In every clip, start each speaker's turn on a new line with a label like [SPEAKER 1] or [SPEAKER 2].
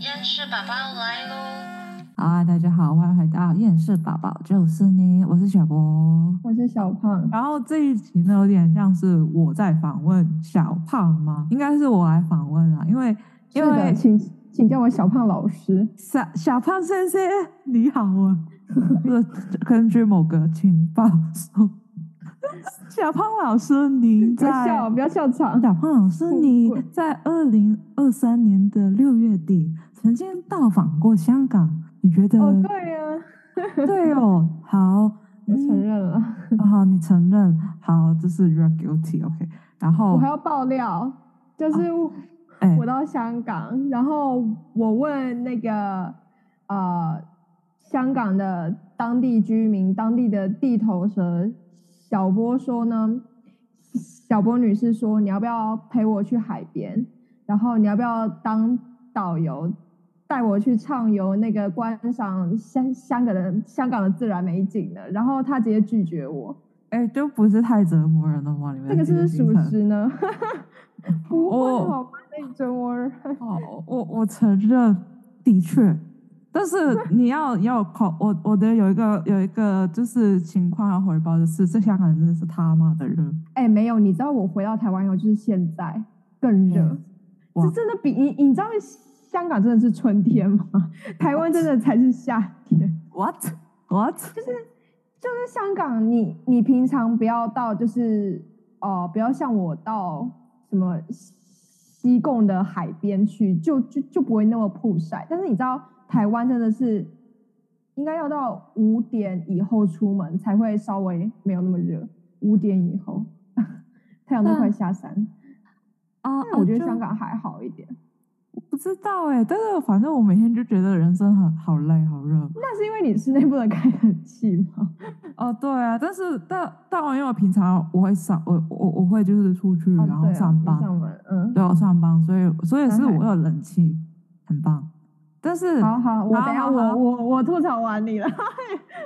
[SPEAKER 1] 厌世宝宝来喽！
[SPEAKER 2] 好啊，大家好，欢迎回到厌世宝宝就是你，我是小博。
[SPEAKER 3] 我是小胖，
[SPEAKER 2] 然后这一集呢，有点像是我在访问小胖吗？应该是我来访问啊，因为
[SPEAKER 3] 是
[SPEAKER 2] 因
[SPEAKER 3] 的，
[SPEAKER 2] 为
[SPEAKER 3] 请请叫我小胖老师。
[SPEAKER 2] 小小胖先生你好啊，这根据某个情报说，小胖老师您
[SPEAKER 3] 不要
[SPEAKER 2] 在
[SPEAKER 3] 笑，不要笑场。
[SPEAKER 2] 小胖老师，你在二零二三年的六月底曾经到访过香港，你觉得？
[SPEAKER 3] 哦，对呀、
[SPEAKER 2] 对哦，好，
[SPEAKER 3] 我承
[SPEAKER 2] 嗯
[SPEAKER 3] 认了，
[SPEAKER 2] 哦好，你承认，好，这是 you're guilty，OK、然
[SPEAKER 3] 我
[SPEAKER 2] 后
[SPEAKER 3] 还，要爆料，就是
[SPEAKER 2] 哎
[SPEAKER 3] 我，到香港，然后我问那个呃香港的当地居民、当地的地头蛇小波说呢，小波女士说你要不要陪我去海边，然后你要不要当导游，带我去畅游那个观赏香香港的香港的自然美景的，然后她直接拒绝我，
[SPEAKER 2] 哎，就不是太折磨人了吗？你们
[SPEAKER 3] 这个是不是
[SPEAKER 2] 行
[SPEAKER 3] 属
[SPEAKER 2] 程
[SPEAKER 3] 实呢？ 不
[SPEAKER 2] 哦
[SPEAKER 3] 会好吧，那折磨人。
[SPEAKER 2] 哦，我我承认，的确，但是你要要考我我的有一个有一个就是情况要回报的是，这香港人真的是他妈的热，
[SPEAKER 3] 哎、没有，你知道我回到台湾以后，就是现在更热，
[SPEAKER 2] 嗯哇
[SPEAKER 3] 这真的比你你知道香港真的是春天吗？ 台湾真的才是夏天。
[SPEAKER 2] ，what what，
[SPEAKER 3] 就是香港你，你平常不要到，就是哦、呃不要像我到什么西贡的海边去，就就就不会那么曝晒。但是你知道，台湾真的是应该要到五点以后出门才会稍微没有那么热，五点以后 太阳都
[SPEAKER 2] 但
[SPEAKER 3] 快下山。
[SPEAKER 2] 啊
[SPEAKER 3] 但我觉得香港还好一点，
[SPEAKER 2] 不知道哎、但是反正我每天就觉得人生很好累好热。
[SPEAKER 3] 那是因为你室内不能开冷气吗？
[SPEAKER 2] 哦，对啊，但是但但我因为我平常我会上我我我会就是出去、
[SPEAKER 3] 哦
[SPEAKER 2] 嗯然后
[SPEAKER 3] 对啊
[SPEAKER 2] 上
[SPEAKER 3] 你
[SPEAKER 2] 班，
[SPEAKER 3] 上班，嗯，
[SPEAKER 2] 对我上班，所以所以
[SPEAKER 3] 那
[SPEAKER 2] 是
[SPEAKER 3] 还
[SPEAKER 2] 我有冷气，很棒。但是
[SPEAKER 3] 好好，我
[SPEAKER 2] 好
[SPEAKER 3] 等一下
[SPEAKER 2] 好好
[SPEAKER 3] 我我我吐槽完你了，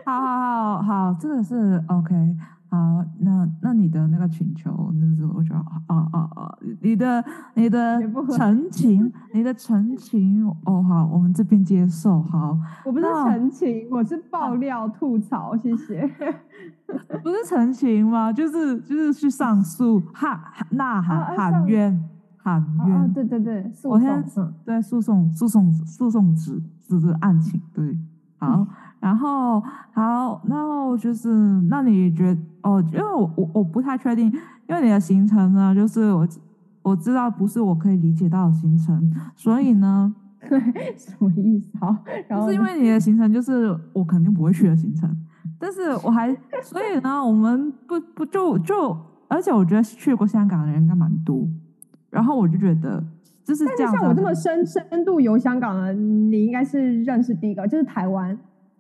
[SPEAKER 2] 好好好好，这个是 OK。好，那那你的那个请求，就是我觉得，哦哦哦，你的你的
[SPEAKER 3] 也不合
[SPEAKER 2] 陈情，你的陈情，哦好，我们这边接受。好，
[SPEAKER 3] 我不是
[SPEAKER 2] 那嗯
[SPEAKER 3] 澄清，我是爆料吐槽，谢谢。 啊
[SPEAKER 2] 不是陈情吗？就是就是去上诉，喊喊呐
[SPEAKER 3] 啊
[SPEAKER 2] 喊
[SPEAKER 3] 啊
[SPEAKER 2] 喊
[SPEAKER 3] 上
[SPEAKER 2] 冤喊
[SPEAKER 3] 啊
[SPEAKER 2] 冤，
[SPEAKER 3] 啊，对对对，诉
[SPEAKER 2] 我现在
[SPEAKER 3] 讼，嗯，
[SPEAKER 2] 对诉讼诉讼诉讼指指的案情，对，
[SPEAKER 3] 嗯
[SPEAKER 2] 好，然后好，然后就是那你觉哦，因为我我我不太确定，因为你的行程呢，就是我我知道不是我可以理解到的行程，所以呢，
[SPEAKER 3] 对，什么意思？ 好，然
[SPEAKER 2] 就
[SPEAKER 3] 后
[SPEAKER 2] 是因
[SPEAKER 3] 呢
[SPEAKER 2] 为你的行程就是我肯定不会去的行程，但是我还所以呢，我们不不就就，而且我觉得去过香港的人应该蛮多，然后我就觉得就是
[SPEAKER 3] 但
[SPEAKER 2] 这
[SPEAKER 3] 是
[SPEAKER 2] 样子
[SPEAKER 3] 像
[SPEAKER 2] 啊
[SPEAKER 3] 我这么深深度游香港的，你应该是认识第一个，就是台湾。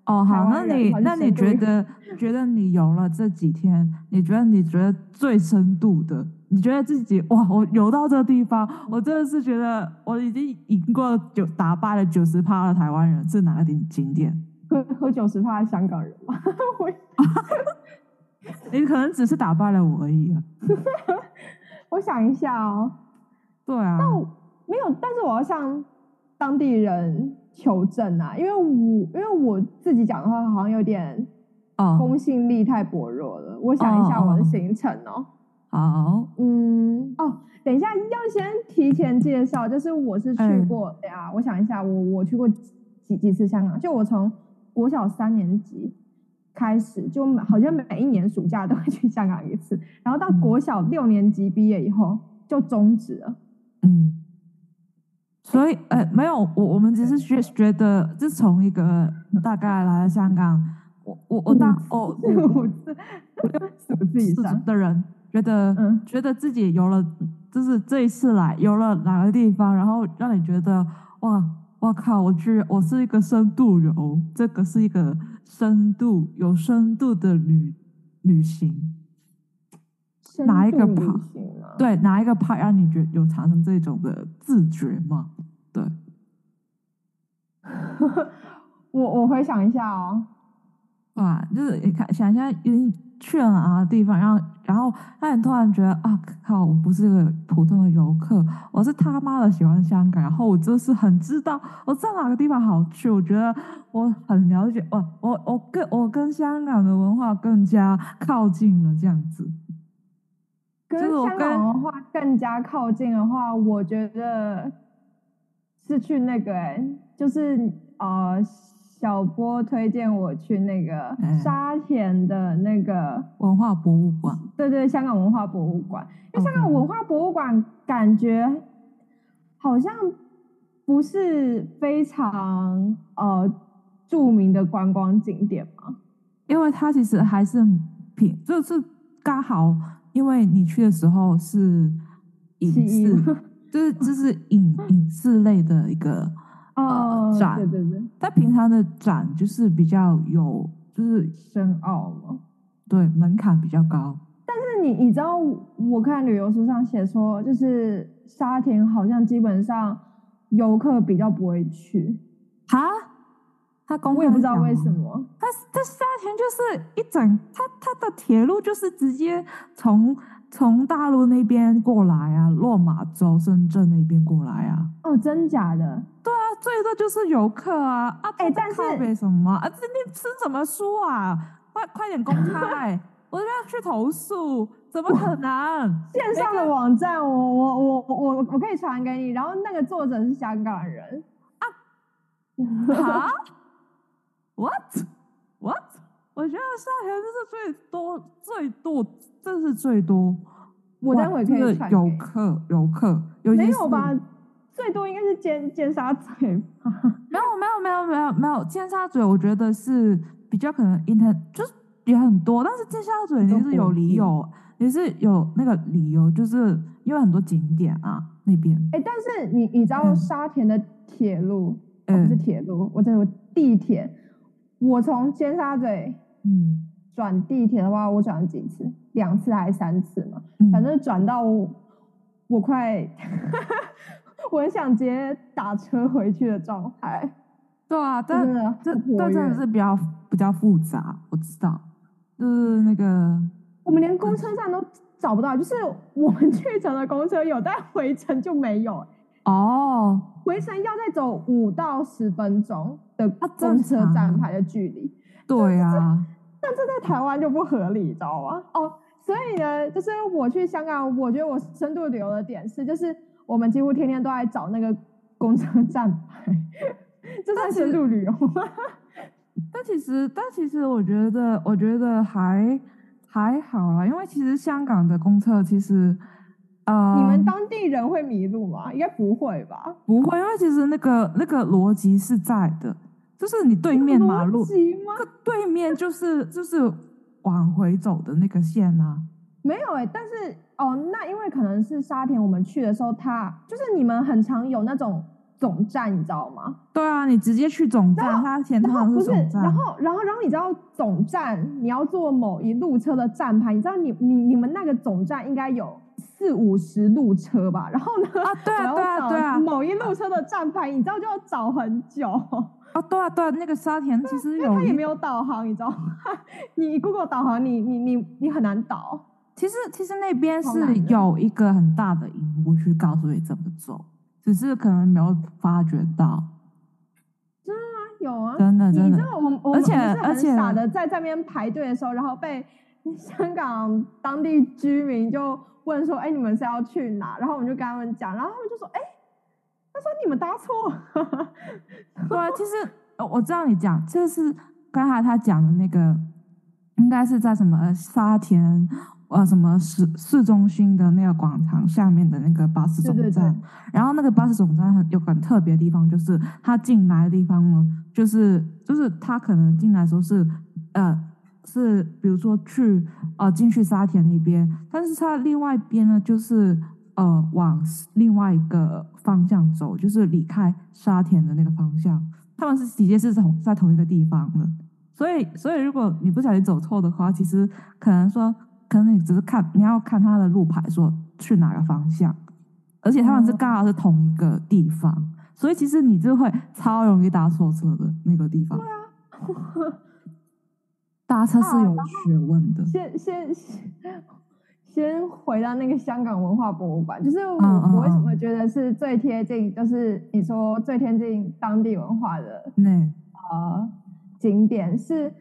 [SPEAKER 2] 哦，好，那
[SPEAKER 3] 台湾人
[SPEAKER 2] 你
[SPEAKER 3] 好像
[SPEAKER 2] 那你
[SPEAKER 3] 深度
[SPEAKER 2] 觉
[SPEAKER 3] 游
[SPEAKER 2] 得觉得你游了这几天，你觉得你觉得最深度的，你觉得自己哇，我游到这个地方，我真的是觉得我已经赢过九打败了九十趴的台湾人，是哪个景景点？
[SPEAKER 3] 喝喝酒十趴的香港人嘛，我
[SPEAKER 2] 你可能只是打败了我而已啊。
[SPEAKER 3] 我想一下哦，
[SPEAKER 2] 对啊，
[SPEAKER 3] 但我没有，但是我要向当地人求证啊，因为我因为我自己讲的话好像有点
[SPEAKER 2] 哦，
[SPEAKER 3] 公信力太薄弱了。我想一下我
[SPEAKER 2] 哦哦
[SPEAKER 3] 的
[SPEAKER 2] 哦
[SPEAKER 3] 行程哦，
[SPEAKER 2] 好，
[SPEAKER 3] 嗯，哦，等一下要先提前介绍，就是我是去
[SPEAKER 2] 嗯
[SPEAKER 3] 过，等一下我想一下，我我去过几几次香港，就我从国小三年级。开始就每好像每一年暑假都会去香港一次，然后到
[SPEAKER 2] 嗯
[SPEAKER 3] 国小六年级毕业以后就终止了。
[SPEAKER 2] 嗯，所以呃，没有，我我们只是觉觉得，自从一个大概来了香港，我我我大我
[SPEAKER 3] 四
[SPEAKER 2] 我
[SPEAKER 3] 五次，四五次以
[SPEAKER 2] 是
[SPEAKER 3] 上。
[SPEAKER 2] 的人觉得，
[SPEAKER 3] 嗯
[SPEAKER 2] 觉得自己游了，就是这一次来游了哪个地方，然后让你觉得，哇，我靠，我居然我是一个深度游，这个是一个深度有深度的旅旅行，哪一个
[SPEAKER 3] 深度
[SPEAKER 2] 跑
[SPEAKER 3] 旅行啊？
[SPEAKER 2] 对，哪一个 part 让你觉有产生这种的自觉吗？对，
[SPEAKER 3] 我我回想一下哦，哦
[SPEAKER 2] 哇，就是你看，想一下，有点去了哪个地方，然后然后让你突然觉得啊靠，我不是个普通的游客，我是他妈的喜欢香港，然后我就是很知道我在哪个地方好去，我觉得我很了解，我我我跟我跟香港的文化更加靠近了这样子。
[SPEAKER 3] 跟
[SPEAKER 2] 就是我
[SPEAKER 3] 香
[SPEAKER 2] 跟
[SPEAKER 3] 港文化更加靠近的话，我觉得是去那个、欸，就是呃，小波推荐我去那个
[SPEAKER 2] 嗯
[SPEAKER 3] 沙田的那个，
[SPEAKER 2] 文化博物馆，
[SPEAKER 3] 对对，香港文化博物馆。因为香港
[SPEAKER 2] OK
[SPEAKER 3] 文化博物馆感觉好像不是非常呃著名的观光景点嘛。
[SPEAKER 2] 因为它其实还是平，就是刚好，因为你去的时候是
[SPEAKER 3] 起
[SPEAKER 2] 影
[SPEAKER 3] 义
[SPEAKER 2] 视
[SPEAKER 3] 吗，
[SPEAKER 2] 就是就是影影视类的一个，
[SPEAKER 3] 哦、
[SPEAKER 2] 展
[SPEAKER 3] 对对对，
[SPEAKER 2] 但平常的展就是比较有，就是
[SPEAKER 3] 深奥嘛。
[SPEAKER 2] 对门槛比较高。
[SPEAKER 3] 那你你知道，我看旅游书上写说，就是沙田好像基本上游客比较不会去，
[SPEAKER 2] 哈，它公
[SPEAKER 3] 我也不知道
[SPEAKER 2] 开讲
[SPEAKER 3] 为什
[SPEAKER 2] 吗。
[SPEAKER 3] 么。
[SPEAKER 2] 它它沙田就是一整，它它的铁路就是直接从从大陆那边过来啊，落马洲、深圳那边过来啊。
[SPEAKER 3] 哦，真假的？
[SPEAKER 2] 啊最多就是游客啊啊！他在
[SPEAKER 3] 哎但
[SPEAKER 2] 靠
[SPEAKER 3] 是
[SPEAKER 2] 北什么啊？这你吃什么书啊？快快点公 开！我就要去投诉，怎么可能？
[SPEAKER 3] 线上的网站我，我我我我我可以传给你。然后那个作者是香港人，
[SPEAKER 2] 啊？What What？我觉得沙田这是最多最多，这是最多。
[SPEAKER 3] 我
[SPEAKER 2] 哇
[SPEAKER 3] 待会
[SPEAKER 2] 这
[SPEAKER 3] 可
[SPEAKER 2] 个
[SPEAKER 3] 以传给
[SPEAKER 2] 游
[SPEAKER 3] 你
[SPEAKER 2] 客游客，尤其
[SPEAKER 3] 没
[SPEAKER 2] 是
[SPEAKER 3] 有吧？最多应该是尖尖 沙咀吧。
[SPEAKER 2] 没有没有没有没有没有，尖沙咀我觉得是比较可能 inter 就是也很多，但是尖沙咀
[SPEAKER 3] 多
[SPEAKER 2] 你是有
[SPEAKER 3] 国
[SPEAKER 2] 理
[SPEAKER 3] 际
[SPEAKER 2] 由，你是有那个理由，就是因为很多景点啊那边，
[SPEAKER 3] 哎、但是你你知道
[SPEAKER 2] 嗯
[SPEAKER 3] 沙田的铁路、哦，不是
[SPEAKER 2] 嗯
[SPEAKER 3] 铁路，我这我地铁，我从尖沙咀
[SPEAKER 2] 嗯
[SPEAKER 3] 转地铁的话，我转了几次？两次还是三次嘛？
[SPEAKER 2] 嗯，
[SPEAKER 3] 反正转到我，我快， 我很想直接打车回去的状态。
[SPEAKER 2] 对啊，
[SPEAKER 3] 这
[SPEAKER 2] 但
[SPEAKER 3] 真的
[SPEAKER 2] 这
[SPEAKER 3] 很活
[SPEAKER 2] 但真的
[SPEAKER 3] 跃嗯
[SPEAKER 2] 是比较比较复杂，我知道，就是那个
[SPEAKER 3] 我们连公车站都找不到，就是我们去程的公车有，但回程就没有。
[SPEAKER 2] 哦，
[SPEAKER 3] 回程要再走五到十分钟的
[SPEAKER 2] 啊
[SPEAKER 3] 公车
[SPEAKER 2] 正
[SPEAKER 3] 站
[SPEAKER 2] 常
[SPEAKER 3] 牌的距离，
[SPEAKER 2] 对啊，
[SPEAKER 3] 但这在台湾就不合理，你知道吗？哦，所以呢，就是我去香港，我觉得我深度旅游的点是，就是我们几乎天天都在找那个公车站牌， 这算深度旅游吗？
[SPEAKER 2] 但其实，但其实，我觉得，我觉得还还好啦，因为其实香港的公厕其实，呃，
[SPEAKER 3] 你们当地人会迷路吗？应该不会吧？
[SPEAKER 2] 不会，因为其实那个那个逻辑是在的，就是你对面马路
[SPEAKER 3] 逻，辑吗？
[SPEAKER 2] 那对面就是就是往回走的那个线啊。
[SPEAKER 3] 没有哎、但是哦，那因为可能是沙田，我们去的时候它，就是你们很常有那种总站，你知道吗？
[SPEAKER 2] 对啊，你直接去总
[SPEAKER 3] 然
[SPEAKER 2] 站，
[SPEAKER 3] 后
[SPEAKER 2] 它前
[SPEAKER 3] 然后
[SPEAKER 2] 趟
[SPEAKER 3] 不是，
[SPEAKER 2] 总站
[SPEAKER 3] 然，后然后然后你知道总站你要坐某一路车的站牌，你知道你你你们那个总站应该有四五十路车吧？然后呢？
[SPEAKER 2] 啊，对啊，
[SPEAKER 3] 我要
[SPEAKER 2] 对啊，
[SPEAKER 3] 找
[SPEAKER 2] 对啊，
[SPEAKER 3] 某一路车的站牌，你知道就要找很久，
[SPEAKER 2] 啊，对啊，对啊，那个沙田其实
[SPEAKER 3] 因为它
[SPEAKER 2] 有
[SPEAKER 3] 也
[SPEAKER 2] 一
[SPEAKER 3] 没有导航，你知道吗？ 你 Google 导航，你你你你很难导。
[SPEAKER 2] 其实其实那边
[SPEAKER 3] 好难
[SPEAKER 2] 是
[SPEAKER 3] 的
[SPEAKER 2] 有一个很大的荧幕去告诉你怎么走，只是可能没有发觉到。
[SPEAKER 3] 有啊，
[SPEAKER 2] 真的真
[SPEAKER 3] 你
[SPEAKER 2] 的
[SPEAKER 3] 知道我们我
[SPEAKER 2] 而
[SPEAKER 3] 们
[SPEAKER 2] 且
[SPEAKER 3] 我们是
[SPEAKER 2] 而
[SPEAKER 3] 很
[SPEAKER 2] 且
[SPEAKER 3] 傻的，在这边排队的时候，然后被香港当地居民就问说：“哎、你们是要去哪？”然后我们就跟他们讲，然后他们就说：“哎、他说你们搭错了。
[SPEAKER 2] 对啊，其实呃我知道你讲，就是刚才他讲的那个，应该是在什么沙田呃什么市市中心的那个广场下面的那个巴士
[SPEAKER 3] 对
[SPEAKER 2] 总
[SPEAKER 3] 对对
[SPEAKER 2] 站。然后那个巴士总站很有个很特别的地方，就是它进来的地方呢，就是就是它可能进来的时候是呃是比如说去呃进去沙田那边，但是它另外一边呢就是呃往另外一个方向走，就是离开沙田的那个方向，他们是直接是同在同一个地方的。所以，所以如果你不小心走错的话，其实可能说，可能你只是看你要看它的路牌，说去哪个方向，而且他们是
[SPEAKER 3] 哦
[SPEAKER 2] 刚好是同一个地方，所以其实你就会超容易搭错车的那个地方。搭车是有学问的。
[SPEAKER 3] 先先先回到那个香港文化博物馆，就是我、
[SPEAKER 2] 嗯嗯
[SPEAKER 3] 我为什
[SPEAKER 2] 嗯
[SPEAKER 3] 么觉得是最贴近，就是你说最贴近当地文化的
[SPEAKER 2] 那
[SPEAKER 3] 呃景点是，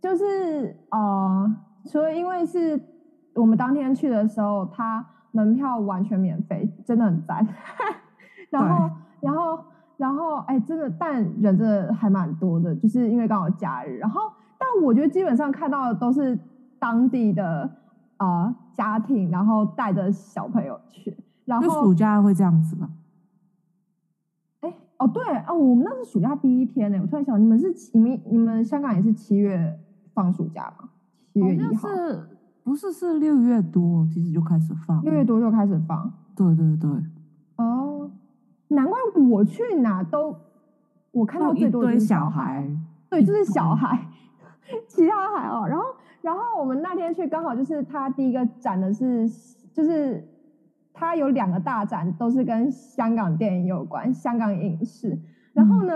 [SPEAKER 3] 就是呃，除了因为是我们当天去的时候，它门票完全免费，真的很赞。 然后，然后，然后，哎，真的，但人真的还蛮多的，就是因为刚好假日。然后，但我觉得基本上看到的都是当地的呃家庭，然后带着小朋友去。然
[SPEAKER 2] 就
[SPEAKER 3] 后
[SPEAKER 2] 暑假会这样子吧？
[SPEAKER 3] 哎，哦对哦，我们那是暑假第一天呢。我突然想，你们是七你们你们香港也是七月放暑假吗？七
[SPEAKER 2] 好
[SPEAKER 3] 月一
[SPEAKER 2] 像
[SPEAKER 3] 号，
[SPEAKER 2] 哦是不是是六月多，其实就开始放。
[SPEAKER 3] 六月多就开始放
[SPEAKER 2] 对对对，
[SPEAKER 3] 哦。难怪我去哪都，我看
[SPEAKER 2] 就
[SPEAKER 3] 到最
[SPEAKER 2] 一
[SPEAKER 3] 多的
[SPEAKER 2] 堆
[SPEAKER 3] 就是
[SPEAKER 2] 小
[SPEAKER 3] 孩，
[SPEAKER 2] 孩，
[SPEAKER 3] 对，就是
[SPEAKER 2] 一
[SPEAKER 3] 小
[SPEAKER 2] 堆
[SPEAKER 3] 孩， 其他还好。然后然后我们那天去刚好就是他第一个展的是就是。它有两个大展，都是跟香港电影有关，香港影视。然后呢，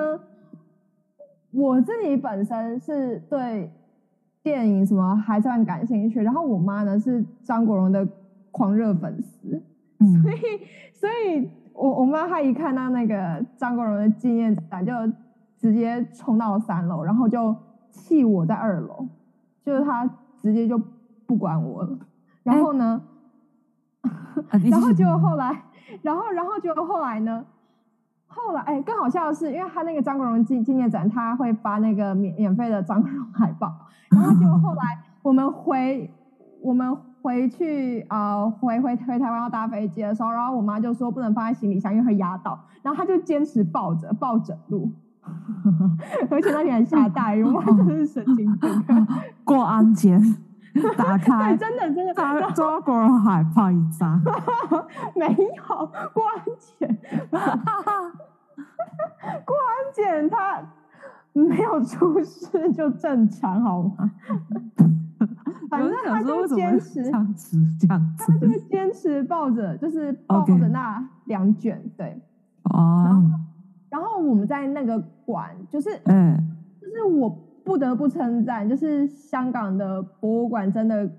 [SPEAKER 3] 我自己本身是对电影什么还算感兴趣，然后我妈呢是张国荣的狂热粉丝，
[SPEAKER 2] 嗯，
[SPEAKER 3] 所以我我妈她一看到那个张国荣的纪念展，就直接冲到三楼，然后就气我在二楼，就是她直接就不管我了。然后呢，
[SPEAKER 2] 啊你继
[SPEAKER 3] 然后
[SPEAKER 2] 续
[SPEAKER 3] 结果后来，然后然后结果后来呢？后来哎，更好笑的是，因为他那个张国荣纪纪念展，他会发那个免免费的张国荣海报，然后结果后来我们回我们回去啊、呃回回回台湾要搭飞机的时候，然后我妈就说不能放在行李箱，因为会压到，然后她就坚持抱着抱枕路，而且那天还下大雨，我妈真的是神经病，
[SPEAKER 2] 过安检打开
[SPEAKER 3] 对，，真的真的，
[SPEAKER 2] 抓抓国人海报一张，
[SPEAKER 3] 没有过安检， 过安检他没有出事就正常好吗？ 反
[SPEAKER 2] 我
[SPEAKER 3] 正
[SPEAKER 2] 就
[SPEAKER 3] 他
[SPEAKER 2] 想说
[SPEAKER 3] 就
[SPEAKER 2] 为什么
[SPEAKER 3] 坚持
[SPEAKER 2] 这，样子这样
[SPEAKER 3] 他就
[SPEAKER 2] 子
[SPEAKER 3] 坚持抱着，就是抱
[SPEAKER 2] OK
[SPEAKER 3] 着那两卷对。
[SPEAKER 2] 哦，
[SPEAKER 3] 然后我们在那个馆，就是
[SPEAKER 2] 哎，
[SPEAKER 3] 就是我不得不称赞，就是香港的博物馆真的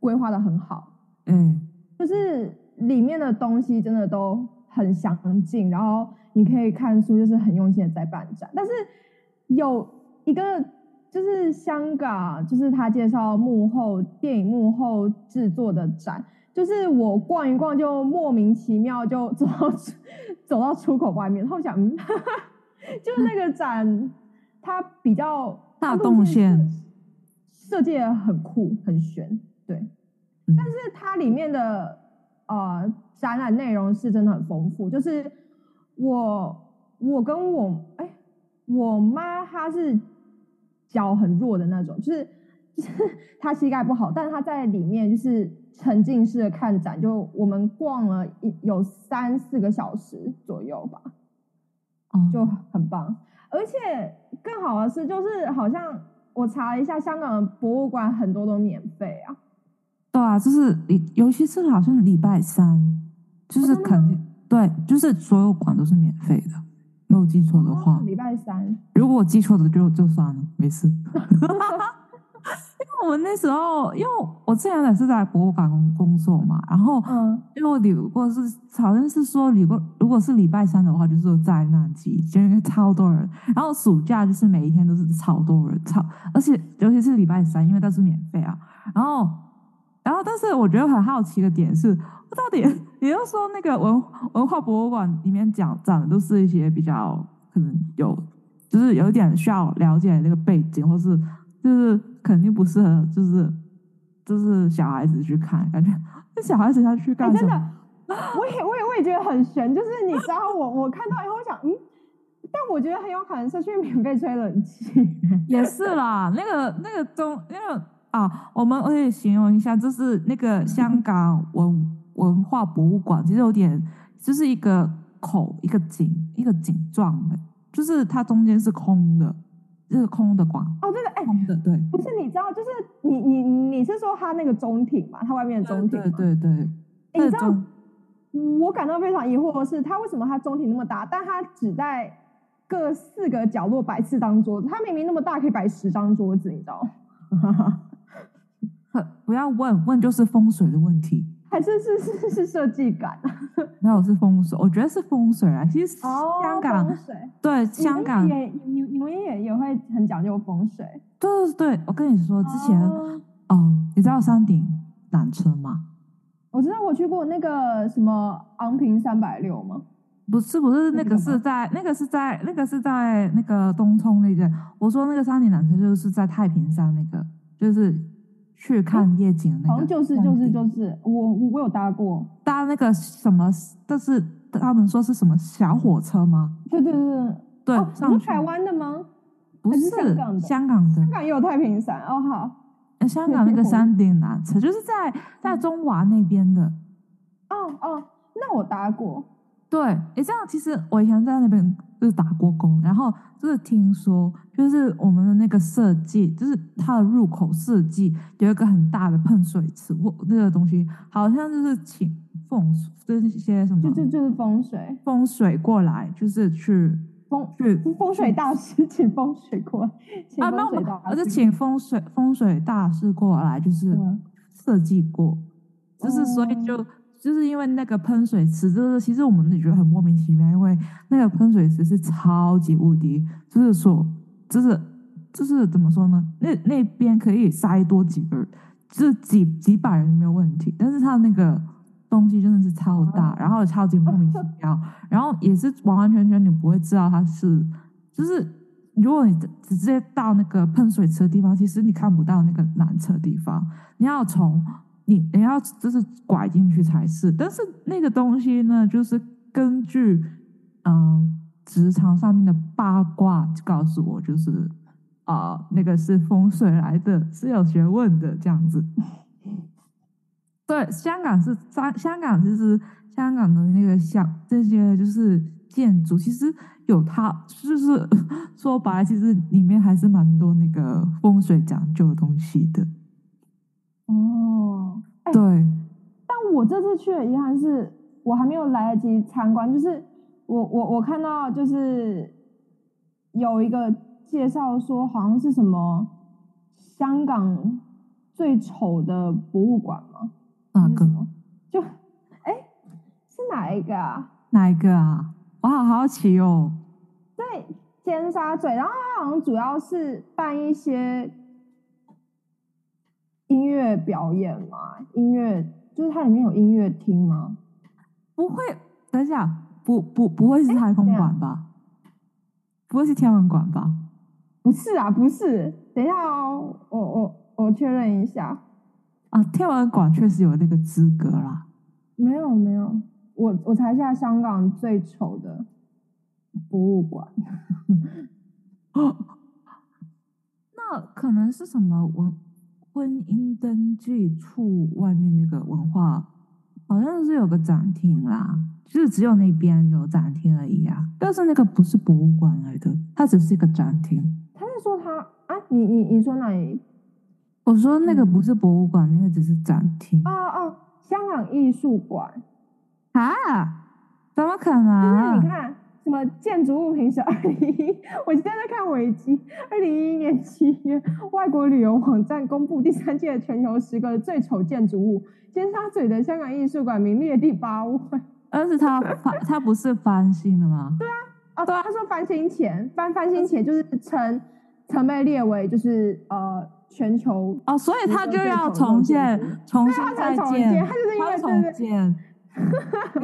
[SPEAKER 3] 规划的很好。
[SPEAKER 2] 哎，
[SPEAKER 3] 就是里面的东西真的都很详尽，然后你可以看出就是很用心的在办展。但是有一个就是香港，就是他介绍幕后电影幕后制作的展，就是我逛一逛就莫名其妙就走到走到出口外面，然后想，嗯 就是那个展它比较
[SPEAKER 2] 大
[SPEAKER 3] 它路
[SPEAKER 2] 动线
[SPEAKER 3] 是设计的很酷很悬，对。
[SPEAKER 2] 嗯
[SPEAKER 3] 但是它里面的呃展览内容是真的很丰富，就是我我跟我哎、我妈她是脚很弱的那种，就是 就是她膝盖不好，但是她在里面就是沉浸式的看展，就我们逛了一有三四个小时左右吧，
[SPEAKER 2] 哦，
[SPEAKER 3] 就很棒。而且更好的是，就是好像我查了一下，香港的博物馆很多都免费啊。
[SPEAKER 2] 对啊，就是礼，尤其是好像礼拜三，就是
[SPEAKER 3] 哦真的吗
[SPEAKER 2] 肯定对，就是所有馆都是免费的，没有记错的话
[SPEAKER 3] 哦。礼拜三，
[SPEAKER 2] 如果我记错的就就算了，没事。 因为我们那时候，因为我之前也是在博物馆工工作嘛，然后
[SPEAKER 3] 嗯，
[SPEAKER 2] 因为我如果是好像是说，如果如果是礼拜三的话，就是有灾难季，就因为超多人。然后暑假就是每一天都是超多人，超而且尤其是礼拜三，因为它是免费啊。然后，然后但是我觉得很好奇的点是，到底也就是说那个文文化博物馆里面讲讲的都是一些比较可能有就是有一点需要了解那个背景，或是就是肯定不适合，就是就是小孩子去看，感觉那小孩子他去
[SPEAKER 3] 哎、
[SPEAKER 2] 干什
[SPEAKER 3] 真
[SPEAKER 2] 么？
[SPEAKER 3] 的，我也我也我也觉得很悬，就是你知道我我看到以后，我想嗯，但我觉得很有可能是去免费吹冷气。
[SPEAKER 2] 也是啦，那个那个中那个啊，我们我也形容一下，就是那个香港文文化博物馆，其实有点就是一个口一个井一个井状的，就是它中间是空的，就是空的馆，
[SPEAKER 3] 哦，对的，哎、
[SPEAKER 2] 空的对。
[SPEAKER 3] 不是，你知道，就是你你你是说它那个中庭嘛，它外面的中庭
[SPEAKER 2] 对
[SPEAKER 3] 嘛，
[SPEAKER 2] 对对，
[SPEAKER 3] 哎你知
[SPEAKER 2] 它的
[SPEAKER 3] 道
[SPEAKER 2] 中
[SPEAKER 3] 我感到非常疑惑的是，它为什么它中庭那么大，但它只在各四个角落摆四张桌子？它明明那么大，可以摆十张桌子，你知道吗？
[SPEAKER 2] 呃不要问，问就是风水的问题。
[SPEAKER 3] 还是是是是设计感啊
[SPEAKER 2] 那我是风水，我觉得是风水啊。其实
[SPEAKER 3] 哦，
[SPEAKER 2] 香港、
[SPEAKER 3] 风水，
[SPEAKER 2] 对
[SPEAKER 3] 你
[SPEAKER 2] 香
[SPEAKER 3] 们
[SPEAKER 2] 港，
[SPEAKER 3] 也你你们也也会很讲究风水。
[SPEAKER 2] 对对对，我跟你说，之前哦、
[SPEAKER 3] 哦
[SPEAKER 2] 你知道山顶缆车吗？
[SPEAKER 3] 我知道我去过那个什么昂坪三百六吗？
[SPEAKER 2] 不是不是，
[SPEAKER 3] 那
[SPEAKER 2] 那
[SPEAKER 3] 个
[SPEAKER 2] 个
[SPEAKER 3] 吗
[SPEAKER 2] 是在那个是在那个是在那个东冲那边。我说那个山顶缆车就是在太平山那个，就是去看夜景那个山顶，
[SPEAKER 3] 好像就是就是就是，我我我有搭过。
[SPEAKER 2] 搭那个什么，但是他们说是什么小火车吗？
[SPEAKER 3] 对对对
[SPEAKER 2] 对，
[SPEAKER 3] 对，哦，你
[SPEAKER 2] 上
[SPEAKER 3] 说
[SPEAKER 2] 去
[SPEAKER 3] 台湾的吗？
[SPEAKER 2] 不
[SPEAKER 3] 还
[SPEAKER 2] 是
[SPEAKER 3] 是香港的
[SPEAKER 2] 香港的
[SPEAKER 3] 香，港也有太平山哦，好
[SPEAKER 2] 呃香港那个山顶缆车就是在在中华那边的。
[SPEAKER 3] 哦哦，那我搭过。
[SPEAKER 2] 对，诶，这样其实我以前在那边就是打过工，然后就是听说，就是我们的那个设计，就是它的入口设计有一个很大的喷水池，我那个东西好像就是请风水，就是一些什么
[SPEAKER 3] 就就就是风水，
[SPEAKER 2] 风水过来，就是去
[SPEAKER 3] 风
[SPEAKER 2] 去
[SPEAKER 3] 风水大师，请风水过来，请
[SPEAKER 2] 啊，那
[SPEAKER 3] 风
[SPEAKER 2] 我
[SPEAKER 3] 水
[SPEAKER 2] 们
[SPEAKER 3] 大师，
[SPEAKER 2] 而且请风水风水大师过来，就是
[SPEAKER 3] 嗯
[SPEAKER 2] 设计过，就是所以就就是因为那个喷水池，就是其实我们也觉得很莫名其妙，因为那个喷水池是超级无敌，就是说就是就是怎么说呢？那那边可以塞多几个人，就是几几百人没有问题，但是他那个。东西真的是超大，然后超级莫名其妙，然后也是完完全全你不会知道它是就是如果你直直接到那个喷水池的地方，其实你看不到那个缆车地方，你要从你你要就是拐进去才是。但是那个东西呢，就是根据嗯职场上面的八卦告诉我，就是啊、那个是风水来的，是有学问的这样子。对，香港是香香港，其实香港的那个像这些就是建筑，其实有它，就是 说白了，其实里面还是蛮多那个风水讲究的东西的。
[SPEAKER 3] 哦。哎
[SPEAKER 2] 对，
[SPEAKER 3] 但我这次去的遗憾是我还没有来得及参观，就是我我我看到就是有一个介绍说好像是什么香港最丑的博物馆吗？
[SPEAKER 2] 哪
[SPEAKER 3] 还是什
[SPEAKER 2] 个
[SPEAKER 3] 么？嗯就哎、是哪一个啊？
[SPEAKER 2] 哪一个啊？我好好奇哦。
[SPEAKER 3] 在尖沙咀，然后它好像主要是办一些音乐表演嘛，音乐就是它里面有音乐厅吗？
[SPEAKER 2] 不会，等一下，不不不会是太空
[SPEAKER 3] 等一下
[SPEAKER 2] 馆吧？不会是天文馆吧？
[SPEAKER 3] 不是啊，不是，等一下哦，我我我确认一下，
[SPEAKER 2] 啊，天文馆确实有那个资格啦。
[SPEAKER 3] 没有没有，我我查一下香港最丑的博物馆，
[SPEAKER 2] 那可能是什么文婚姻登记处外面那个文化，好像是有个展厅啦，就是只有那边有展厅而已啊。但是那个不是博物馆来的，它只是一个展厅。
[SPEAKER 3] 他是说他啊，你你你说哪里？
[SPEAKER 2] 我说那个不是博物馆，那个只是展厅
[SPEAKER 3] 哦哦，香港艺术馆，
[SPEAKER 2] 啊？怎么可
[SPEAKER 3] 就是
[SPEAKER 2] 能？
[SPEAKER 3] 你看什么建筑物评审二零一，我现在在看维基，二零一一年七月，外国旅游网站公布第三届全球十个最丑建筑物，尖沙咀的香港艺术馆名列第八位。
[SPEAKER 2] 而且它 翻，它不是翻新的吗？对啊，
[SPEAKER 3] 啊，对，他说翻新前，翻翻新前就是曾曾被列为就是呃全球，
[SPEAKER 2] 哦，所以它就要
[SPEAKER 3] 你说
[SPEAKER 2] 重
[SPEAKER 3] 最丑的建
[SPEAKER 2] 建，重新
[SPEAKER 3] 对它
[SPEAKER 2] 再
[SPEAKER 3] 才重
[SPEAKER 2] 建，
[SPEAKER 3] 建它就是因为
[SPEAKER 2] 它
[SPEAKER 3] 对
[SPEAKER 2] 重
[SPEAKER 3] 对
[SPEAKER 2] 建。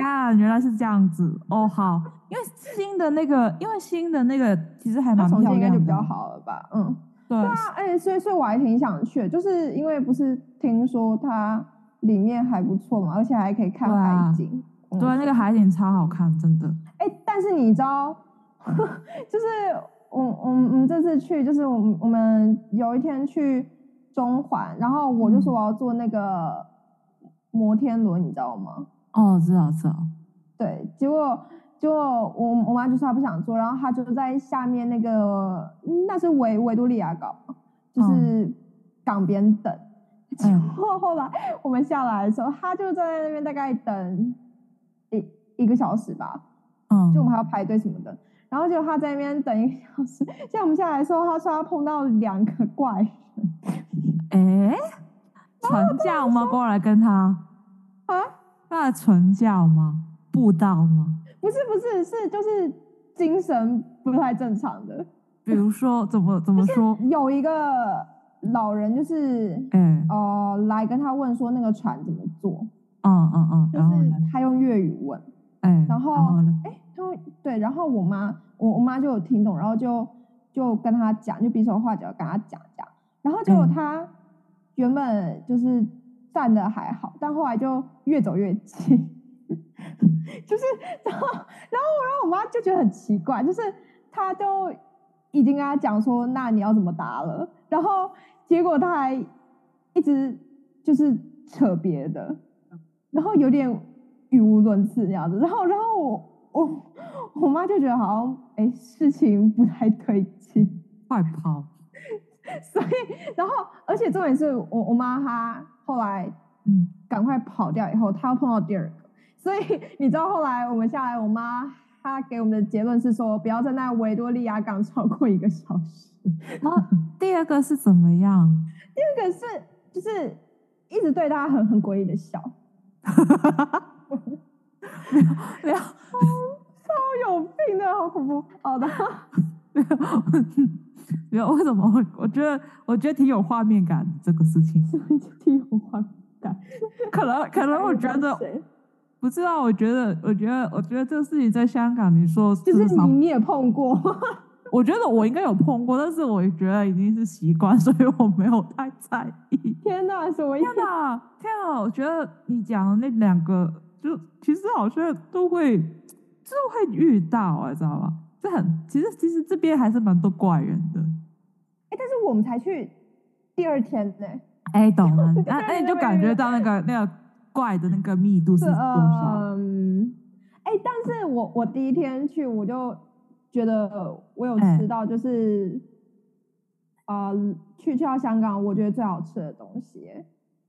[SPEAKER 2] 啊，原来是这样子哦，好，因为新的那个，因为新的那个其实还
[SPEAKER 3] 那
[SPEAKER 2] 蛮
[SPEAKER 3] 重
[SPEAKER 2] 漂
[SPEAKER 3] 建应该
[SPEAKER 2] 亮
[SPEAKER 3] 就
[SPEAKER 2] 的，
[SPEAKER 3] 比较好了吧？嗯，
[SPEAKER 2] 对
[SPEAKER 3] 对啊，哎、所以所以我还挺想去的，就是因为不是听说它里面还不错嘛，而且还可以看
[SPEAKER 2] 对啊
[SPEAKER 3] 海景。嗯
[SPEAKER 2] 对，那个海景超好看，真的。
[SPEAKER 3] 哎、但是你知道， 就是我我们我们这次去，就是我们我们有一天去中环，然后我就
[SPEAKER 2] 嗯
[SPEAKER 3] 说我要坐那个摩天轮，你知道吗？
[SPEAKER 2] 哦，知道知道，
[SPEAKER 3] 对，结果结果我我妈就说她不想做，然后她就在下面那个嗯那是维维多利亚港嘛，就是港边等。结
[SPEAKER 2] 嗯
[SPEAKER 3] 果后来我们下来的时候，她就站在那边大概等一一个小时吧，
[SPEAKER 2] 嗯，
[SPEAKER 3] 就我们还要排队什么的。然后就她在那边等一个小时，像我们下来的时候，她说她碰到两个怪人，
[SPEAKER 2] 诶，传教
[SPEAKER 3] 哦
[SPEAKER 2] 吗？过来跟他，
[SPEAKER 3] 啊，
[SPEAKER 2] 那传教吗？布道吗？
[SPEAKER 3] 不是不是是就是精神不太正常的。
[SPEAKER 2] 比如说怎么怎么说？
[SPEAKER 3] 有一个老人就是
[SPEAKER 2] 诶，
[SPEAKER 3] 呃来跟他问说那个船怎么做，
[SPEAKER 2] 哎嗯嗯嗯，
[SPEAKER 3] 就
[SPEAKER 2] 然后呢？
[SPEAKER 3] 是他用粤语问，
[SPEAKER 2] 诶，
[SPEAKER 3] 然后
[SPEAKER 2] 呢？
[SPEAKER 3] 哎、他会对，然后我妈我我妈就有听懂，然后就就跟他讲，就比手画脚跟他讲讲，然后结果
[SPEAKER 2] 嗯
[SPEAKER 3] 他原本就是站的还好，但后来就越走越近。 就是，然后，然后，然后我妈就觉得很奇怪，就是她都已经跟他讲说，那你要怎么答了，然后结果他还一直就是扯别的，然后有点语无伦次那样子，然后，然后我我我妈就觉得好像哎事情不太对劲，
[SPEAKER 2] 快跑！
[SPEAKER 3] 所以，然后，而且重点是我我妈她后来
[SPEAKER 2] 嗯，
[SPEAKER 3] 赶快跑掉以后，她又碰到第二个，所以你知道后来我们下来，我妈她给我们的结论是说，不要在那维多利亚港超过一个小时。
[SPEAKER 2] 啊，第二个是怎么样？
[SPEAKER 3] 那个是就是一直对她很很诡异的笑，
[SPEAKER 2] 没有，
[SPEAKER 3] 超有病的，好恐怖。哦好的，
[SPEAKER 2] 没有，没有，为什么我我觉得我觉得挺有画面感的这个事情，
[SPEAKER 3] 替我还感，
[SPEAKER 2] 可能可能我觉 得
[SPEAKER 3] 谁
[SPEAKER 2] 不知道，我觉得我觉得我觉得这个事情在香港，你说
[SPEAKER 3] 就是
[SPEAKER 2] 至少
[SPEAKER 3] 你你也碰过，
[SPEAKER 2] 我觉得我应该有碰过，但是我觉得已经是习惯，所以我没有太在意。
[SPEAKER 3] 天哪，什么意
[SPEAKER 2] 天
[SPEAKER 3] 思？
[SPEAKER 2] 哪，天哪！我觉得你讲的那两个，就其实好像都会，就会遇到、啊，知道吧？这很，其实其实这边还是蛮多怪人的。
[SPEAKER 3] 哎、但是我们才去第二天呢、
[SPEAKER 2] 哎，懂 了，那
[SPEAKER 3] 对
[SPEAKER 2] 那你
[SPEAKER 3] 对
[SPEAKER 2] 就
[SPEAKER 3] 对
[SPEAKER 2] 感觉
[SPEAKER 3] 对
[SPEAKER 2] 到那个那个怪的那个密度是多呃少？
[SPEAKER 3] 嗯，哎、但是我我第一天去，我就觉得我有
[SPEAKER 2] 哎
[SPEAKER 3] 吃到，就是啊、呃去去到香港，我觉得最好吃的东西，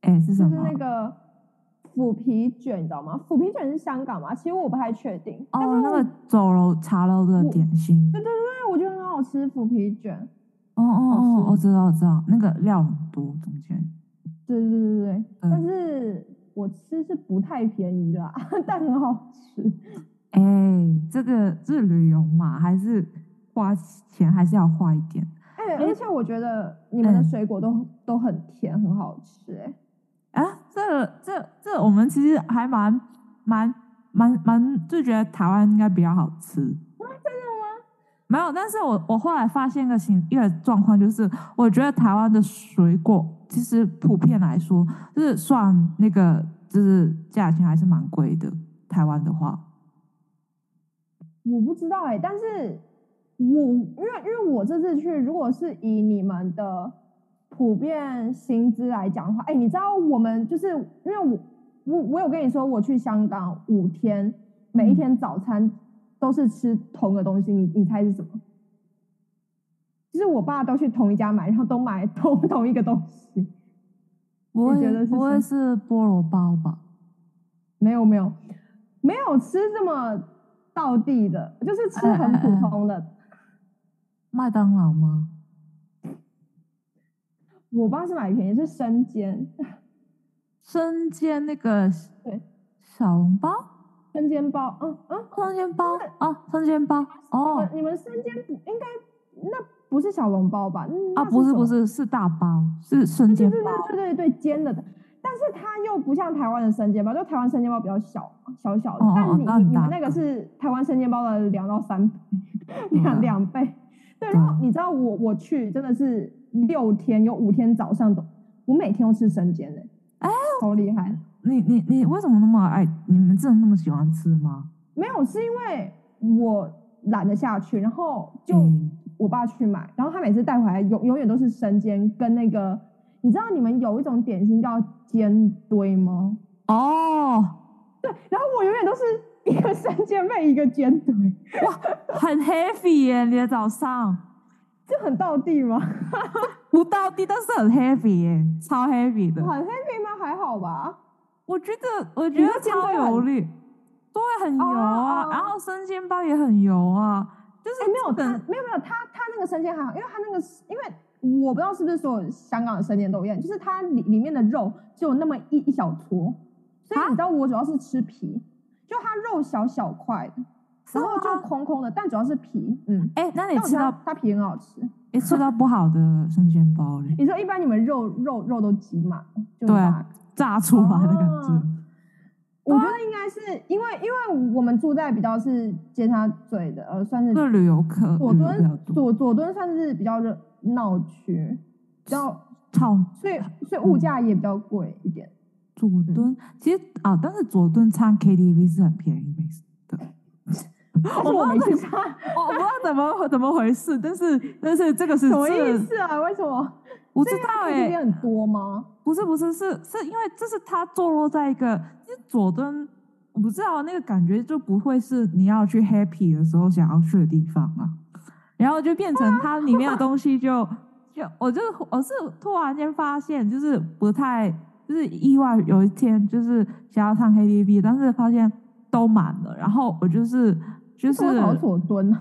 [SPEAKER 2] 哎，是
[SPEAKER 3] 就
[SPEAKER 2] 什
[SPEAKER 3] 是
[SPEAKER 2] 么
[SPEAKER 3] 那？个腐皮卷，你知道吗？腐皮卷是香港吗？其实我不太确定，但是
[SPEAKER 2] 哦，那个
[SPEAKER 3] 我
[SPEAKER 2] 酒楼茶楼的
[SPEAKER 3] 我
[SPEAKER 2] 点心。
[SPEAKER 3] 对对对，我觉得很好吃，腐皮卷，
[SPEAKER 2] 哦哦哦
[SPEAKER 3] 好吃，
[SPEAKER 2] 我知道我知道，那个料很多中间。
[SPEAKER 3] 对对对对对，但
[SPEAKER 2] 嗯
[SPEAKER 3] 是我吃是不太便宜啦，但很好吃。
[SPEAKER 2] 哎，这个这旅游嘛，还是花钱还是要花一点。
[SPEAKER 3] 哎、
[SPEAKER 2] 哎
[SPEAKER 3] 而且我觉得你们的
[SPEAKER 2] 嗯
[SPEAKER 3] 水果都、都很甜，很好吃、哎，
[SPEAKER 2] 啊，这这这，我们其实还蛮蛮蛮蛮，就觉得台湾应该比较好吃。啊真的吗？没有，但是我我后来发现一个情一个状况，就是我觉得台湾的水果其实普遍来说，就是算那个就是价钱还是蛮贵的。台湾的话，
[SPEAKER 3] 我不知道哎、但是我因为因为我这次去，如果是以你们的普遍薪资来讲的话，哎、你知道我们就是因为我我我有跟你说，我去香港五天，每一
[SPEAKER 2] 嗯
[SPEAKER 3] 天早餐都是吃同个东西，你你猜是什么？就是我爸都去同一家买，然后都买同 同一个东西。
[SPEAKER 2] 不
[SPEAKER 3] 你觉得
[SPEAKER 2] 会
[SPEAKER 3] 是
[SPEAKER 2] 不
[SPEAKER 3] 什
[SPEAKER 2] 会
[SPEAKER 3] 么
[SPEAKER 2] 是菠萝包吧？
[SPEAKER 3] 没有没有没有吃这么道地的，就是吃
[SPEAKER 2] 嗯
[SPEAKER 3] 很
[SPEAKER 2] 嗯嗯
[SPEAKER 3] 普通的。
[SPEAKER 2] 麦当劳吗？
[SPEAKER 3] 我爸是买便宜，是生煎，
[SPEAKER 2] 生煎那个
[SPEAKER 3] 对
[SPEAKER 2] 小笼包，
[SPEAKER 3] 生煎包。嗯嗯，
[SPEAKER 2] 生煎包啊，生煎包
[SPEAKER 3] 你
[SPEAKER 2] 哦
[SPEAKER 3] 们你们生煎不应该那不是小笼包吧？嗯
[SPEAKER 2] 啊，
[SPEAKER 3] 那
[SPEAKER 2] 不是
[SPEAKER 3] 什
[SPEAKER 2] 不
[SPEAKER 3] 么，
[SPEAKER 2] 是是大包，是生
[SPEAKER 3] 对
[SPEAKER 2] 煎
[SPEAKER 3] 对对
[SPEAKER 2] 包，
[SPEAKER 3] 对对对煎的的。但是它又不像台湾的生煎包，就台湾生煎包比较小嘛小小的，
[SPEAKER 2] 哦哦
[SPEAKER 3] 但你
[SPEAKER 2] 那很
[SPEAKER 3] 你你们
[SPEAKER 2] 大
[SPEAKER 3] 那个是台湾生煎包的两到三 倍，两
[SPEAKER 2] 嗯
[SPEAKER 3] 两倍。对，然后
[SPEAKER 2] 对啊
[SPEAKER 3] 你知道我我去真的是六天有五天早上都我每天都吃生煎的、
[SPEAKER 2] 哎
[SPEAKER 3] 超厉害。
[SPEAKER 2] 你你你为什么那么爱？你们真的那么喜欢吃吗？
[SPEAKER 3] 没有，是因为我懒得下去，然后就
[SPEAKER 2] 嗯
[SPEAKER 3] 我爸去买，然后他每次带回来永永远都是生煎跟那个，你知道你们有一种点心叫煎堆吗？
[SPEAKER 2] 哦，
[SPEAKER 3] 然后我永远都是一个生煎配一个煎堆，
[SPEAKER 2] 很 heavy 耶，你的早上
[SPEAKER 3] 这很到地吗？
[SPEAKER 2] 不到地，但是很 heavy 耶，超 heavy 的
[SPEAKER 3] 很。heavy 吗？还好吧。
[SPEAKER 2] 我觉得我觉
[SPEAKER 3] 你
[SPEAKER 2] 得
[SPEAKER 3] 说煎
[SPEAKER 2] 超
[SPEAKER 3] 堆
[SPEAKER 2] 油
[SPEAKER 3] 很
[SPEAKER 2] 腻，对，很油啊，
[SPEAKER 3] 哦哦
[SPEAKER 2] 然后生煎包也很油啊，就是
[SPEAKER 3] 哎、没有，
[SPEAKER 2] 等
[SPEAKER 3] 他没有没有，他他那个生煎还好，因为他那个因为我不知道是不是所有香港的生煎都一样，就是它里里面的肉只有那么一一小撮，所以
[SPEAKER 2] 啊
[SPEAKER 3] 你知道我主要是吃皮，就它肉小小块，
[SPEAKER 2] 是
[SPEAKER 3] 然后就
[SPEAKER 2] 吗
[SPEAKER 3] 空空的，但主要是皮，嗯。
[SPEAKER 2] 哎，那你
[SPEAKER 3] 但我
[SPEAKER 2] 吃
[SPEAKER 3] 觉得它
[SPEAKER 2] 到
[SPEAKER 3] 它皮很好吃。
[SPEAKER 2] 你吃到不好的生煎包嘞，
[SPEAKER 3] 你说一般你们肉肉肉都挤满，就
[SPEAKER 2] 对啊
[SPEAKER 3] 大
[SPEAKER 2] 炸出来的感觉。
[SPEAKER 3] 哦我觉得应该是因为因为我们住在比较是尖沙咀的，呃，算是
[SPEAKER 2] 这旅游客
[SPEAKER 3] 佐
[SPEAKER 2] 旅游比较
[SPEAKER 3] 敦
[SPEAKER 2] 多，
[SPEAKER 3] 佐佐敦算是比较热闹区，比较
[SPEAKER 2] 超
[SPEAKER 3] 所以所以物价也比较贵一点。
[SPEAKER 2] 佐敦其实啊，但是佐敦唱 KTV 是很便宜的。
[SPEAKER 3] 但
[SPEAKER 2] 我
[SPEAKER 3] 是我没
[SPEAKER 2] 忘
[SPEAKER 3] 去
[SPEAKER 2] 了
[SPEAKER 3] 唱，
[SPEAKER 2] 哦我不知道怎么 怎么回事，但是但是这个是
[SPEAKER 3] 什么
[SPEAKER 2] 这
[SPEAKER 3] 意思啊？为什么？
[SPEAKER 2] 我
[SPEAKER 3] 不
[SPEAKER 2] 知道哎、
[SPEAKER 3] KTV 很多吗？
[SPEAKER 2] 不是不是是是因为这是它坐落在一个，因为佐敦我不知道那个感觉就不会是你要去 happy 的时候想要去的地方啊，然后就变成它里面的东西就就我就我是突然间发现就是不太就是意外有一天就是想要唱 KTV，但是发现都满了，然后我就是就是
[SPEAKER 3] 为什么跑佐敦呢？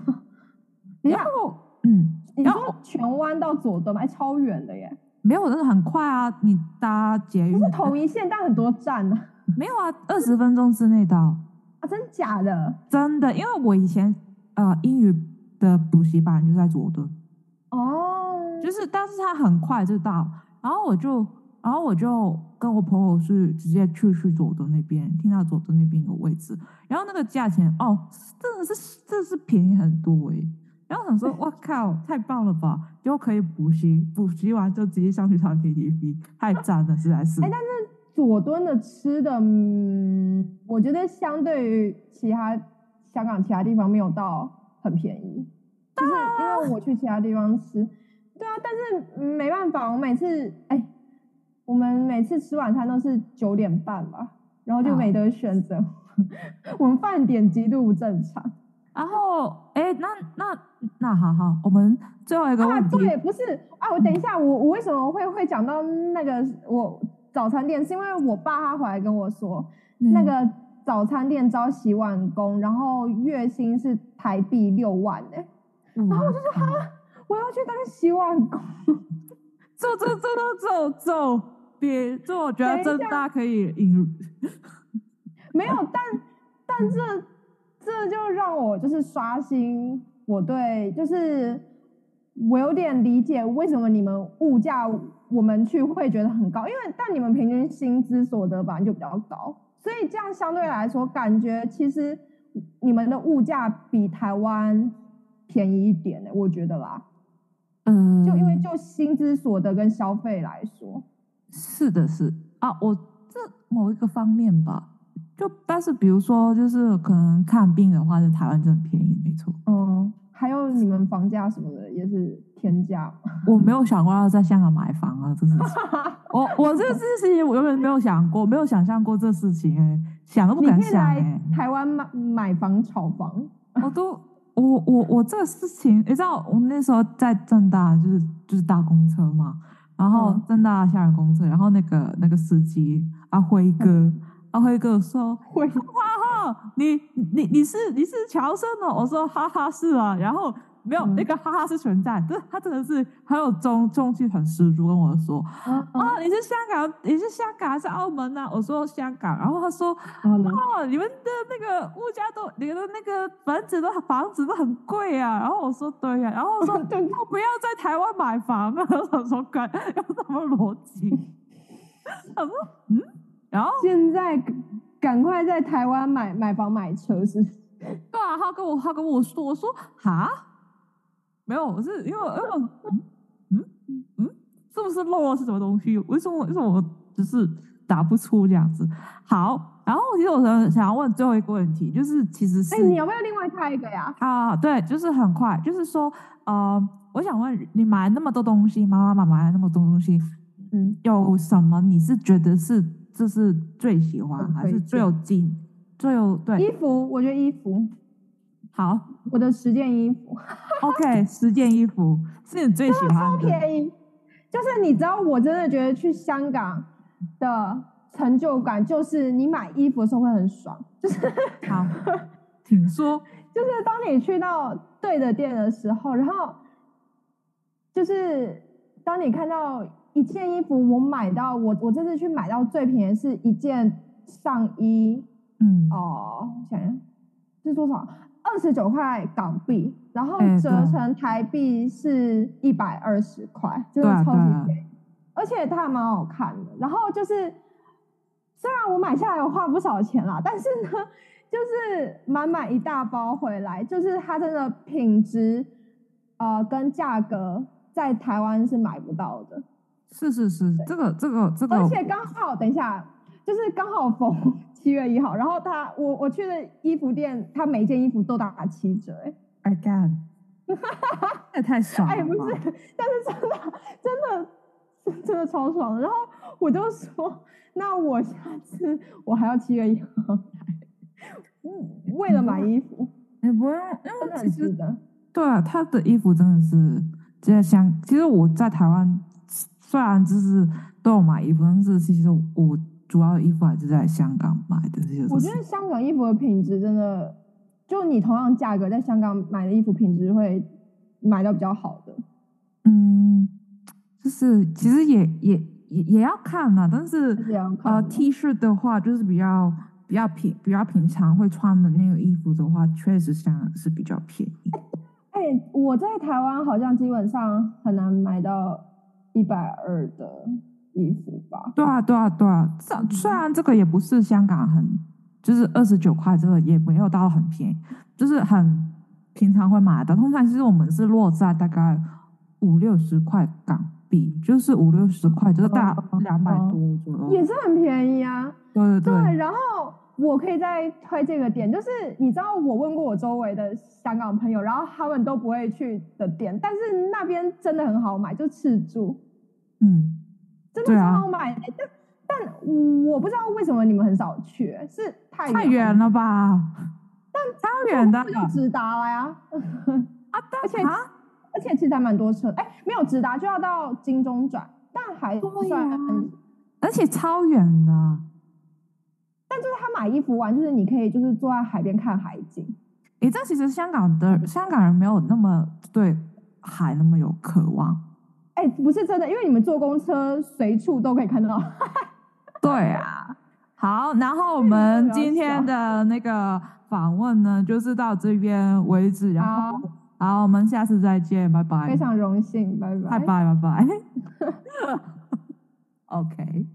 [SPEAKER 3] 等一
[SPEAKER 2] 然
[SPEAKER 3] 下，
[SPEAKER 2] 后嗯
[SPEAKER 3] 你
[SPEAKER 2] 然后
[SPEAKER 3] 说荃湾到佐敦吗？还超远的耶，
[SPEAKER 2] 没有，但是很快啊，你搭捷
[SPEAKER 3] 不
[SPEAKER 2] 运
[SPEAKER 3] 是同一线，但很多站呢。
[SPEAKER 2] 没有啊，二十分钟之内到。
[SPEAKER 3] 啊，真假的？
[SPEAKER 2] 真的，因为我以前呃英语的补习班就在佐敦，
[SPEAKER 3] 哦，
[SPEAKER 2] 就是但是它很快就到，然后我就然后我就跟我朋友是直接去去佐敦那边，听到佐敦那边有位置，然后那个价钱哦，真的是真的是便宜很多诶、然后想说，我靠，太棒了吧！就可以补习，补习完就直接上去唱 KTV，太赞了，实在 是。
[SPEAKER 3] 哎但佐敦的吃的，嗯，我觉得相对于其他香港其他地方没有到很便宜，就是因为我去其他地方吃，对啊，但是没办法，我每次哎、我们每次吃晚餐都是九点半吧，然后就
[SPEAKER 2] 啊
[SPEAKER 3] 没得选择， 我们饭点极度不正常
[SPEAKER 2] 然后，哎，那那那好好，我们最后一个
[SPEAKER 3] 啊，
[SPEAKER 2] 问题，
[SPEAKER 3] 对，不是啊，我等一下，我我为什么会会讲到那个我早餐店，是因为我爸他回来跟我说。那
[SPEAKER 2] 嗯
[SPEAKER 3] 个早餐店招洗碗工，然后月薪是台币六万哎、
[SPEAKER 2] 然后我就说哈，
[SPEAKER 3] 我要去当洗碗工，
[SPEAKER 2] 做做做做做做，别这我觉
[SPEAKER 3] 等
[SPEAKER 2] 得
[SPEAKER 3] 一
[SPEAKER 2] 这
[SPEAKER 3] 下
[SPEAKER 2] 大家可以引入，
[SPEAKER 3] 没有，但但这这就让我就是刷新我对，就是我有点理解为什么你们物价我们去会觉得很高，因为但你们平均薪资所得本来就比较高，所以这样相对来说，感觉其实你们的物价比台湾便宜一点的、欸我觉得啦。
[SPEAKER 2] 嗯，
[SPEAKER 3] 就因为就薪资所得跟消费来说，
[SPEAKER 2] 是的是啊，我这某一个方面吧，就但是比如说就是可能看病的话，在台湾真的便宜，没错，
[SPEAKER 3] 嗯，还有你们房价什么的也是天价。
[SPEAKER 2] 我没有想过要在香港买房啊，这是 我我这个事情我原本没有想过，没有想象过这事情哎、想都不
[SPEAKER 3] 你
[SPEAKER 2] 敢
[SPEAKER 3] 可以
[SPEAKER 2] 想哎、
[SPEAKER 3] 来台湾买买房炒房，
[SPEAKER 2] 我都我我我这个事情，你知道我那时候在正大就是就是搭公车嘛，然后
[SPEAKER 3] 嗯
[SPEAKER 2] 正大下人公车，然后那个那个司机阿辉哥，
[SPEAKER 3] 嗯
[SPEAKER 2] 阿辉哥说。
[SPEAKER 3] 会
[SPEAKER 2] 哈哈，你你你是你是乔生哦？我说哈哈是啊，然后没有
[SPEAKER 3] 嗯
[SPEAKER 2] 那个哈哈是存在，但是他真的是很有中中气很十足跟我说
[SPEAKER 3] 啊啊
[SPEAKER 2] 啊，你是香港你是香港还是澳门呢、啊我说香港，然后他说
[SPEAKER 3] 然后呢
[SPEAKER 2] 哦，你们的那个物价都，你们的那个房子都房子都很贵啊。然后我说对呀、然后 我说
[SPEAKER 3] 对
[SPEAKER 2] 我不要在台湾买房啊。 我想说干有什么逻辑？ 他说嗯，然后
[SPEAKER 3] 现在赶快在台湾买买房买车是不是？
[SPEAKER 2] 对啊，他跟我他跟我说，我说哈，没有，我是因为因为我嗯嗯嗯嗯，是不是漏了是什么东西？为什么为什么我只是答不出这样子？好，然后其实我想想要问最后一个问题，就是其实是
[SPEAKER 3] 哎、你要不要另外开一个呀？
[SPEAKER 2] 啊，对，就是很快，就是说，呃，我想问你买那么多东西，妈妈妈买了那么多东西，
[SPEAKER 3] 嗯，
[SPEAKER 2] 有什么你是觉得是这是最喜欢，
[SPEAKER 3] 很
[SPEAKER 2] 还
[SPEAKER 3] 推
[SPEAKER 2] 是最有劲、最有对
[SPEAKER 3] 衣服，我觉得衣服，
[SPEAKER 2] 好
[SPEAKER 3] 我的十件衣服
[SPEAKER 2] OK 十件衣服是你最喜
[SPEAKER 3] 超
[SPEAKER 2] 欢的？
[SPEAKER 3] 便宜，就是你知道，我真的觉得去香港的成就感，就是你买衣服的时候会很爽，就是。
[SPEAKER 2] 好，请说。
[SPEAKER 3] 就是当你去到对的店的时候，然后就是当你看到一件衣服，我买到我我这次去买到最便宜是一件上衣
[SPEAKER 2] 嗯，
[SPEAKER 3] 哦，想想是多少？二十九块港币，然后
[SPEAKER 2] 哎
[SPEAKER 3] 折
[SPEAKER 2] 对
[SPEAKER 3] 成台币是一百二十块，真
[SPEAKER 2] 对啊
[SPEAKER 3] 的超级
[SPEAKER 2] 对啊
[SPEAKER 3] 便宜，而且它还蛮好看的。然后就是，虽然我买下来我花不少钱啦，但是呢， 就是满满一大包回来，就是它真的品质，呃，跟价格在台湾是买不到的。
[SPEAKER 2] 是是是，这个这个这个，
[SPEAKER 3] 而且刚好，等一下，就是刚好逢 七月一号，然后他我我去的衣服店，他每件衣服都打七折、欸，
[SPEAKER 2] I can，这也太爽了
[SPEAKER 3] 哎、
[SPEAKER 2] 吧！
[SPEAKER 3] 不是， 但是真的真的真真的超爽的。然后我就说，那我下次我还要七月一号来，嗯为了买衣服，
[SPEAKER 2] 你不用，因
[SPEAKER 3] 真的
[SPEAKER 2] 为
[SPEAKER 3] 很
[SPEAKER 2] 其实
[SPEAKER 3] 值得。
[SPEAKER 2] 对啊，他的衣服真的是，就是像其实我在台湾虽然就是都有买衣服，但是其实我主要的衣服还是在香港买的。这些都
[SPEAKER 3] 我
[SPEAKER 2] 是
[SPEAKER 3] 觉得香港衣服的品质真的，就你同样价格在香港买的衣服品质会买到比较好的。
[SPEAKER 2] 嗯，就是其实也也也也要看啦，但是
[SPEAKER 3] 是要看
[SPEAKER 2] 呃
[SPEAKER 3] 的
[SPEAKER 2] ，T 恤的话就是比较比较平比较平常会穿的那个衣服的话，确实香港是比较便宜。
[SPEAKER 3] 哎、我在台湾好像基本上很难买到一百二的衣服吧？
[SPEAKER 2] 对啊，对啊，对啊，这
[SPEAKER 3] 嗯
[SPEAKER 2] 虽然这个也不是香港很，就是二十九块，这个也没有到很便宜，就是很平常会买的。通常其实我们是落在大概五六十块港币，就是五六十块，就是大
[SPEAKER 3] 哦
[SPEAKER 2] 两百
[SPEAKER 3] 哦
[SPEAKER 2] 多左右。
[SPEAKER 3] 也是很便宜啊。
[SPEAKER 2] 对对
[SPEAKER 3] 对，
[SPEAKER 2] 对，
[SPEAKER 3] 然后我可以再推这个点，就是你知道我问过我周围的香港朋友，然后他们都不会去的店，但是那边真的很好买，就赤柱
[SPEAKER 2] 嗯，
[SPEAKER 3] 真的
[SPEAKER 2] 对
[SPEAKER 3] 超
[SPEAKER 2] 啊
[SPEAKER 3] 好买的、但但我不知道为什么你们很少去，是太
[SPEAKER 2] 太远了吧？但超远的
[SPEAKER 3] 这就直达了呀。
[SPEAKER 2] 啊！但
[SPEAKER 3] 而且
[SPEAKER 2] 啊，
[SPEAKER 3] 而且其实还蛮多车，哎、没有直达就要到金钟转，但还
[SPEAKER 2] 对
[SPEAKER 3] 算，
[SPEAKER 2] 呀而且超远的。
[SPEAKER 3] 但就是他买衣服完，就是你可以就是坐在海边看海景，
[SPEAKER 2] 诶，但其实香港的香港人没有那么对海那么有渴望。
[SPEAKER 3] 哎、不是真的，因为你们坐公车随处都可以看到，
[SPEAKER 2] 对啊，好，然后我们今天的那个访问呢，就是到这边为止，然后，好，我们下次再见，拜拜，
[SPEAKER 3] 非常荣幸，拜拜，
[SPEAKER 2] 拜拜拜拜，OK。